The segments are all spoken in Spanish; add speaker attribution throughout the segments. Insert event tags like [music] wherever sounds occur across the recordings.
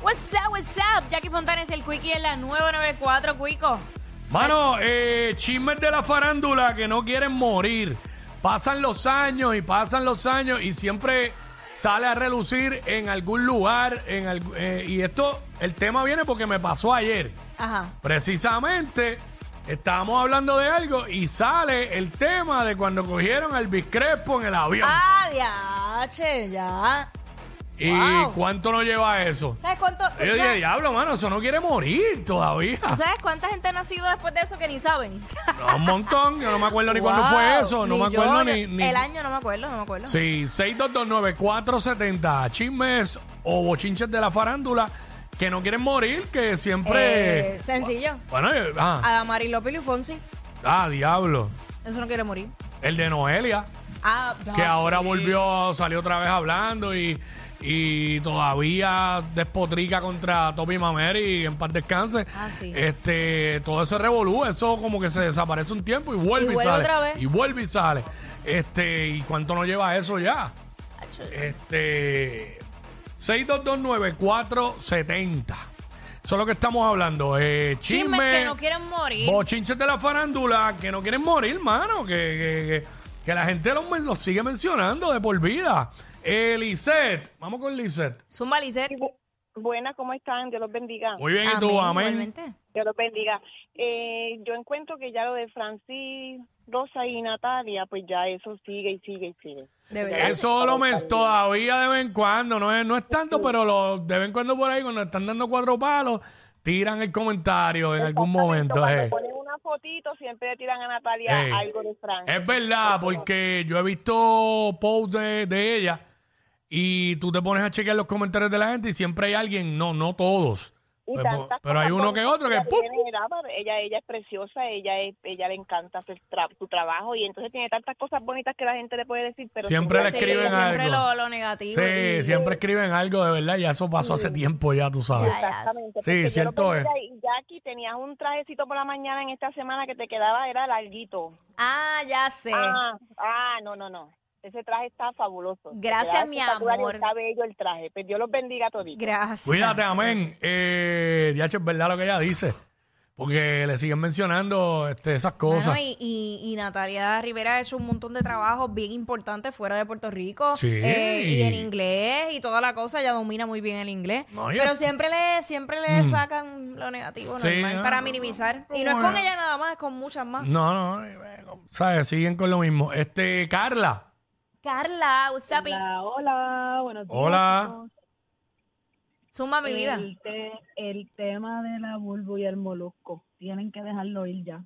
Speaker 1: What's up, what's up? Jackie Fontanes, el Quickie en la 994, Quico.
Speaker 2: Mano, eh, chismes de la farándula que no quieren morir. Pasan los años y pasan los años y siempre sale a relucir en algún lugar. En alg- eh, y esto, el tema viene porque me pasó ayer.
Speaker 1: Ajá.
Speaker 2: Precisamente, estábamos hablando de algo y sale el tema de cuando cogieron al Biscrespo en el avión.
Speaker 1: Ah, ya, che, ya.
Speaker 2: ¿Y
Speaker 1: wow.
Speaker 2: cuánto nos lleva eso?
Speaker 1: ¿Sabes cuánto?
Speaker 2: Yo dije,
Speaker 1: ¿sabes,
Speaker 2: diablo, mano, eso no quiere morir todavía.
Speaker 1: sabes cuánta gente ha nacido después de eso que ni saben?
Speaker 2: No, un montón, yo no me acuerdo [laughs] ni cuándo
Speaker 1: Wow,
Speaker 2: fue eso, no
Speaker 1: ni
Speaker 2: me acuerdo
Speaker 1: yo,
Speaker 2: ni, ni-
Speaker 1: El año no me acuerdo, no me acuerdo.
Speaker 2: Sí, 6229470. Chismes o bochinches de la farándula que no quieren morir, que siempre.
Speaker 1: Eh, sencillo.
Speaker 2: Bueno, eh, ah,
Speaker 1: A Marilo y Fonsi,
Speaker 2: ah, diablo.
Speaker 1: eso no quiere morir.
Speaker 2: El de Noelia,
Speaker 1: Ah,
Speaker 2: que
Speaker 1: ah,
Speaker 2: ahora
Speaker 1: sí.
Speaker 2: volvió, salió otra vez hablando y, y todavía despotrica contra Toby Mameri en paz descanse.
Speaker 1: Ah, sí.
Speaker 2: Este, todo ese revolú, eso como que se desaparece un tiempo y vuelve
Speaker 1: Y
Speaker 2: y,
Speaker 1: vuelve
Speaker 2: sale.
Speaker 1: otra vez.
Speaker 2: Y vuelve y sale. Este, ¿y cuánto no lleva eso ya? Este 6229470. Eso es lo que estamos hablando. Eh, chisme,
Speaker 1: Chismes que no quieren morir.
Speaker 2: bochinches de la farándula que no quieren morir, mano. Que, que- que- que la gente los, men- los sigue mencionando de por vida. Eh, Lisette, vamos con Lisette.
Speaker 1: Zumba, Lisette.
Speaker 3: Buenas, ¿cómo están? Dios los bendiga.
Speaker 2: Muy bien, y tú, amén.
Speaker 1: igualmente.
Speaker 3: Dios los bendiga. Eh, yo encuentro que ya lo de Francis, Rosa y Natalia, pues ya eso sigue y sigue y sigue.
Speaker 1: De verdad.
Speaker 2: Eso lo mes todavía de vez en cuando, no es, no es tanto, pero lo, de vez en cuando por ahí, cuando están dando cuatro palos, tiran el comentario en algún momento.
Speaker 3: Cuando
Speaker 2: eh.
Speaker 3: ponen una fotito, siempre le tiran a Natalia
Speaker 2: Ey.
Speaker 3: algo de Francis.
Speaker 2: Es verdad, pues, porque yo he visto posts de, de ella y tú te pones a chequear los comentarios de la gente y siempre hay alguien, no, no todos,
Speaker 3: Y
Speaker 2: pero,
Speaker 3: tantas
Speaker 2: pues, pero hay
Speaker 3: cosas
Speaker 2: uno que
Speaker 3: bonitas
Speaker 2: otro que ¡pum!
Speaker 3: tiene, ¿verdad? Pero Ella, ella es preciosa, ella es, ella le encanta hacer tra- su trabajo y entonces tiene tantas cosas bonitas que la gente le puede decir, pero
Speaker 2: Siempre le
Speaker 1: Sí,
Speaker 2: escriben
Speaker 1: siempre
Speaker 2: algo.
Speaker 1: lo, lo negativo.
Speaker 2: Sí,
Speaker 1: y-
Speaker 2: siempre escriben algo de verdad, ya eso pasó hace tiempo ya, tú sabes.
Speaker 3: Exactamente.
Speaker 2: Sí,
Speaker 3: porque yo lo
Speaker 2: cierto
Speaker 3: ponía Y Jackie, tenías un trajecito por la mañana en esta semana que te quedaba, era larguito.
Speaker 1: Ah, ya sé.
Speaker 3: Ah, ah, no, no, no. Ese traje está fabuloso. Te
Speaker 1: Gracias,
Speaker 3: quedaba
Speaker 1: mi
Speaker 3: espectacular y
Speaker 1: amor.
Speaker 3: Está bello el traje. Pues Dios los bendiga a toditos.
Speaker 1: Gracias.
Speaker 2: Cuídate, amén. Eh, Diacho, es verdad lo que ella dice, porque le siguen mencionando este, esas cosas.
Speaker 1: Bueno, y, y- y Natalia Rivera ha hecho un montón de trabajos bien importantes fuera de Puerto Rico.
Speaker 2: Sí.
Speaker 1: Eh, y en inglés y toda la cosa. Ella domina muy bien el inglés.
Speaker 2: No, ella-
Speaker 1: pero siempre le siempre le sacan lo negativo
Speaker 2: Sí,
Speaker 1: normal,
Speaker 2: no,
Speaker 1: para
Speaker 2: no,
Speaker 1: minimizar.
Speaker 2: no,
Speaker 1: y no es
Speaker 2: no,
Speaker 1: con
Speaker 2: no.
Speaker 1: ella nada más, es con muchas más.
Speaker 2: No, no, eh, bueno, sabes, siguen con lo mismo. Este, Carla,
Speaker 1: Carla, what's up?
Speaker 4: Hola, hola, buenos días.
Speaker 2: Hola.
Speaker 4: chicos.
Speaker 1: Suma mi vida.
Speaker 3: Eh.
Speaker 4: El, te- el tema de la bulbo y el molusco, tienen que dejarlo ir ya.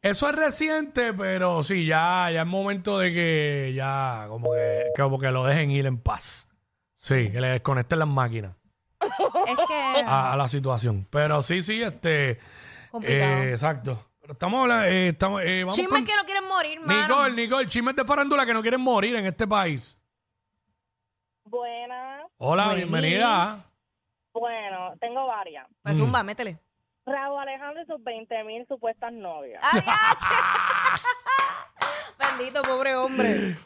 Speaker 2: Eso es reciente, pero sí, ya, ya es momento de que ya como que, como que lo dejen ir en paz. Sí, que le desconecten las máquinas
Speaker 1: Es que
Speaker 2: a, a la situación. Pero sí, sí, este,
Speaker 1: complicado.
Speaker 2: Ah, eh, exacto. Pero estamos hablando, eh, estamos, eh, vamos
Speaker 1: Chismes
Speaker 2: con-
Speaker 1: que no quieren morir, mano.
Speaker 2: Nicole, Nicole, chismes de farándula que no quieren morir en este país.
Speaker 3: Buenas.
Speaker 2: Hola,
Speaker 1: Buenis.
Speaker 2: bienvenida.
Speaker 3: Bueno, tengo varias.
Speaker 1: Pues zumba,
Speaker 2: [laughs]
Speaker 1: métele.
Speaker 3: Raúl Alejandro y sus 20 mil supuestas novias.
Speaker 1: Ay, ay. [laughs] Bendito pobre hombre.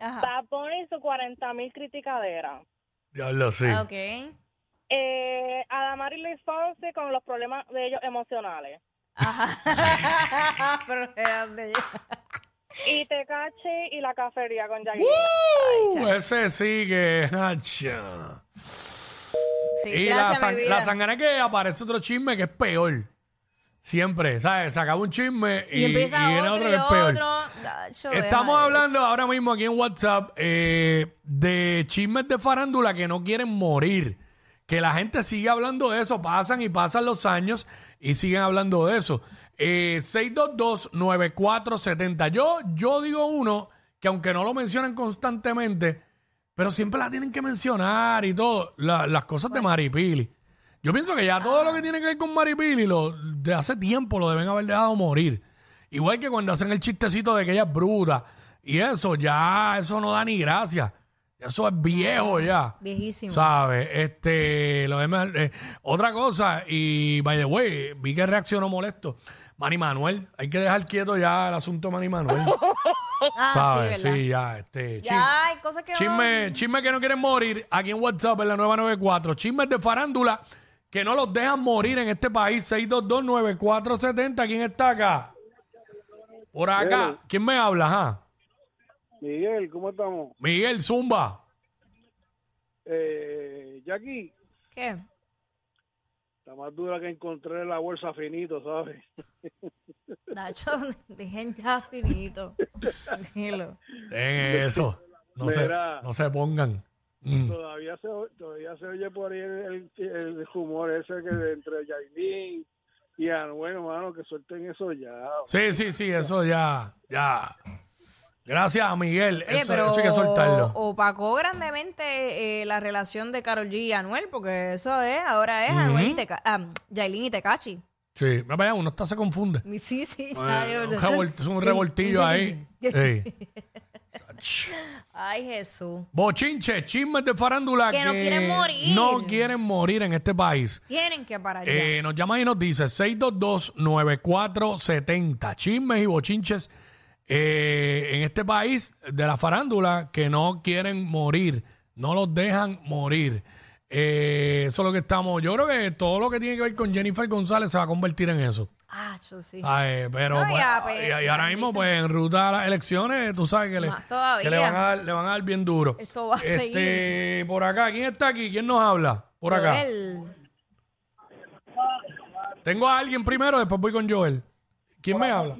Speaker 1: Ajá.
Speaker 3: Bad Bunny y sus 40 mil criticaderas.
Speaker 2: Diablo, sí.
Speaker 1: Ok.
Speaker 3: Eh, Adamari Luis Fonsi con los problemas de ellos emocionales.
Speaker 1: Ajá. [laughs] Pero espérate.
Speaker 3: Y Tecachi y la cacería con Jackie.
Speaker 2: Uh, ese sí que... [laughs] acha.
Speaker 1: Sí,
Speaker 2: Y la,
Speaker 1: gracias,
Speaker 2: san-
Speaker 1: mi
Speaker 2: la
Speaker 1: vida.
Speaker 2: sangana que aparece otro chisme que es peor. Siempre, ¿sabes? Se acaba un chisme y,
Speaker 1: y empieza
Speaker 2: y viene
Speaker 1: otro,
Speaker 2: otro
Speaker 1: y
Speaker 2: que es peor.
Speaker 1: otro. Nacho,
Speaker 2: Estamos
Speaker 1: deja
Speaker 2: hablando ahora mismo aquí en WhatsApp eh, de chismes de farándula que no quieren morir. Que la gente sigue hablando de eso. Pasan y pasan los años y siguen hablando de eso. Eh, 622-9470. Yo, yo digo uno que aunque no lo mencionan constantemente, Pero siempre la tienen que mencionar y todo. La- las cosas de Maripili. Yo pienso que ya todo lo que tiene que ver con Maripili, lo, de hace tiempo lo deben haber dejado morir. Igual que cuando hacen el chistecito de que ella es bruta. Y eso, ya, eso no da ni gracia. Eso es viejo ya.
Speaker 1: Viejísimo.
Speaker 2: ¿Sabes? Este, lo demás, eh, otra cosa, y by the way, vi que reaccionó molesto. Manny Manuel, hay que dejar quieto ya el asunto de Manny Manuel.
Speaker 1: [laughs] ah,
Speaker 2: ¿Sabes?
Speaker 1: sí, ¿verdad?
Speaker 2: Sí, ya, este.
Speaker 5: Ya,
Speaker 2: chin-
Speaker 5: hay cosas que no-
Speaker 2: Chisme, chisme que no quieren morir aquí en WhatsApp en la 994. Chismes de farándula que no los dejan morir en este país. 6229470. ¿Quién está acá? Por acá. ¿Quién me habla? ajá?
Speaker 6: Miguel, ¿cómo estamos?
Speaker 2: Miguel Zumba.
Speaker 6: Eh, Jackie,
Speaker 5: ¿Qué?
Speaker 6: la más dura que encontré es la bolsa finito, ¿sabes?
Speaker 1: Nacho, [laughs] dejen ya finito. Dilo.
Speaker 2: Dejen Eh, eso. No se,
Speaker 6: Mira.
Speaker 2: no se pongan. [laughs] Mm.
Speaker 6: Todavía se, o- todavía se oye por ahí el, el, el rumor ese que de entre Yailin y Anuel, hermano, que suelten eso ya.
Speaker 2: Sí, sí, sí, eso ya. ya. Gracias a Miguel.
Speaker 1: Oye,
Speaker 2: eso, eso hay que soltarlo.
Speaker 1: opacó grandemente eh, la relación de Carol G y Anuel, porque eso es, ahora es Anuel y Teca ah, Yailin y Tecachi.
Speaker 2: Sí, mira para allá, uno hasta se confunde.
Speaker 1: [laughs] Sí, sí, ya.
Speaker 2: Eh,
Speaker 1: yo-
Speaker 2: un revol-
Speaker 1: [laughs]
Speaker 2: es un revoltillo ahí. Sí.
Speaker 1: Ay, Jesús.
Speaker 2: Bochinche, chismes de farándula
Speaker 1: Que no quieren morir.
Speaker 2: no quieren morir en este país.
Speaker 1: Tienen que parar ya.
Speaker 2: Eh, nos llama y nos dice 622-9470. Chismes y bochinches eh, en este país de la farándula que no quieren morir, no los dejan morir. Eh, eso es lo que estamos. Yo creo que todo lo que tiene que ver con Jennifer González se va a convertir en eso.
Speaker 1: Ah, yo sí.
Speaker 2: Ay, pero
Speaker 1: No,
Speaker 2: pues,
Speaker 1: ya,
Speaker 2: y-
Speaker 1: pero-
Speaker 2: y, ahora mismo, pues en ruta a las elecciones, tú sabes que, le,
Speaker 1: Más todavía.
Speaker 2: que le, van a dar, le van a dar bien duro.
Speaker 1: Esto va a
Speaker 2: Este,
Speaker 1: seguir.
Speaker 2: Por acá, ¿quién está aquí? ¿Quién nos habla? Por acá.
Speaker 1: Joel.
Speaker 2: Tengo a alguien primero, después voy con Joel. ¿Quién me habla?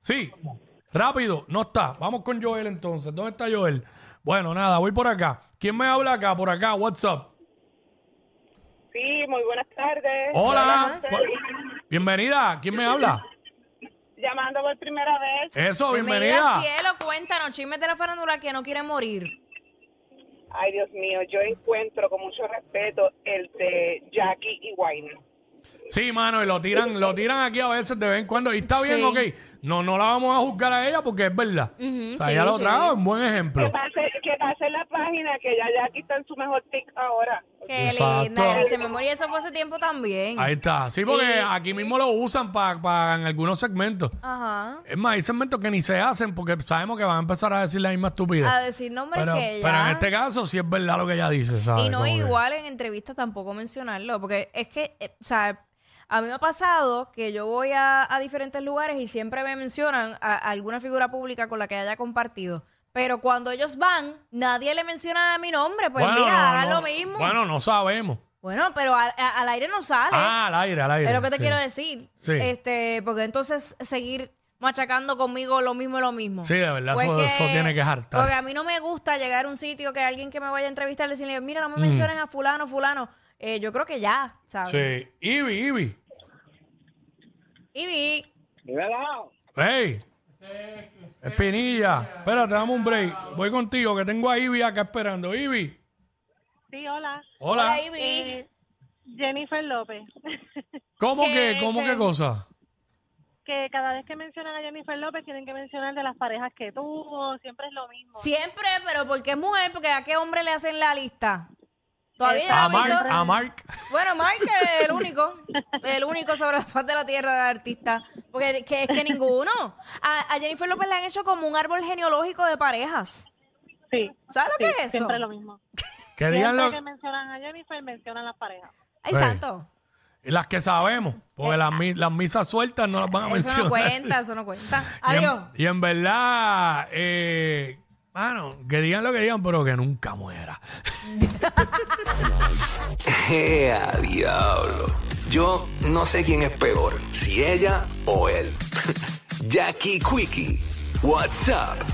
Speaker 2: Sí, rápido, no está. Vamos con Joel entonces. ¿Dónde está Joel? Bueno, nada, voy por acá. ¿Quién me habla acá? Por acá, WhatsApp.
Speaker 3: Sí, muy buenas tardes.
Speaker 2: Hola. Bienvenida, ¿quién me habla?
Speaker 3: Llamando por primera vez.
Speaker 2: Eso,
Speaker 1: Bienvenida
Speaker 2: Oh, bienvenida.
Speaker 1: al cielo, cuéntanos, chismes de la farándula que no quieren morir.
Speaker 3: Ay, Dios mío, yo encuentro con mucho respeto el de Jackie y Wayne.
Speaker 2: Sí, mano, y lo tiran, lo tiran aquí a veces de vez en cuando. Y está bien,
Speaker 1: Sí.
Speaker 2: ok. No, no la vamos a juzgar a ella porque es verdad. o sea, ella
Speaker 1: sí,
Speaker 2: lo trajo, es buen
Speaker 3: Que
Speaker 2: ejemplo.
Speaker 3: pase, que pase en la página, que ya Jackie está en su mejor pick ahora.
Speaker 1: Qué
Speaker 2: Exacto.
Speaker 1: linda, gracias, mi amor. Y eso fue hace tiempo también.
Speaker 2: Ahí está. Sí, porque
Speaker 1: eh,
Speaker 2: aquí mismo lo usan para en algunos segmentos.
Speaker 1: Ajá.
Speaker 2: Es más, hay segmentos que ni se hacen porque sabemos que van a empezar a decir la misma estupidez.
Speaker 1: A decir nombres
Speaker 2: pero,
Speaker 1: que ella.
Speaker 2: pero en este caso sí es verdad lo que ella dice, ¿sabes?
Speaker 1: Y no
Speaker 2: Como que-
Speaker 1: igual en entrevistas tampoco mencionarlo, porque es que, eh, o sea, a mí me ha pasado que yo voy a, a diferentes lugares y siempre me mencionan a, a alguna figura pública con la que haya compartido. Pero cuando ellos van, nadie le menciona mi nombre, pues
Speaker 2: Bueno,
Speaker 1: mira,
Speaker 2: no,
Speaker 1: hagan
Speaker 2: no.
Speaker 1: lo mismo. Bueno,
Speaker 2: Bueno, no sabemos.
Speaker 1: pero al- a- al aire no sale.
Speaker 2: Ah, al aire, al aire.
Speaker 1: Es lo que te
Speaker 2: sí.
Speaker 1: quiero decir.
Speaker 2: Sí.
Speaker 1: Este, porque entonces seguir machacando conmigo lo mismo lo mismo. Pues
Speaker 2: Sí, de verdad, eso- eso tiene que hartar.
Speaker 1: Porque a mí no me gusta llegar a un sitio que alguien que me vaya a entrevistar le decirle, mira, no
Speaker 2: Mm.
Speaker 1: me menciones a fulano, fulano. Eh, yo creo que ya, ¿sabes?
Speaker 2: Sí. Ibi, Ibi.
Speaker 1: Y vi,
Speaker 6: Mira,
Speaker 2: ¡Ey! Espinilla, espérate, dame un break. Voy contigo, que tengo a Ivy acá esperando. Ivy,
Speaker 3: Sí, hola.
Speaker 2: hola.
Speaker 1: ahí vi.
Speaker 3: Jennifer López. [laughs]
Speaker 2: ¿Cómo
Speaker 1: ¿Qué,
Speaker 2: que? ¿Cómo
Speaker 1: qué?
Speaker 2: qué cosa?
Speaker 3: que cada vez que mencionan a Jennifer López tienen que mencionar de las parejas que tuvo, siempre es lo mismo.
Speaker 1: Siempre, pero porque es mujer, porque a qué hombre le hacen la lista. Todavía yo no
Speaker 2: A
Speaker 1: he visto-
Speaker 2: Mark, a Mark.
Speaker 1: Bueno, Mike es el único, el único sobre la faz de la tierra de artista, porque que- es que ninguno. A, a Jennifer López le han hecho como un árbol genealógico de parejas.
Speaker 3: Sí.
Speaker 1: ¿Sabes lo
Speaker 3: sí,
Speaker 1: que es eso?
Speaker 3: Siempre lo mismo.
Speaker 2: Que digan
Speaker 3: Siempre
Speaker 2: lo-
Speaker 3: que mencionan a Jennifer, mencionan las parejas.
Speaker 1: Ay,
Speaker 2: Sí.
Speaker 1: santo.
Speaker 2: las que sabemos, porque las, mi- las misas sueltas no las van a
Speaker 1: Eso
Speaker 2: mencionar.
Speaker 1: no cuenta, eso no cuenta.
Speaker 2: [laughs] Y en-
Speaker 1: Adiós.
Speaker 2: Y en, verdad, eh, mano, que digan lo que digan, pero que nunca muera.
Speaker 7: [laughs] ¡Ea, diablo! Yo no sé quién es [laughs] peor, si ella o él. Jackie Quickie, WhatsApp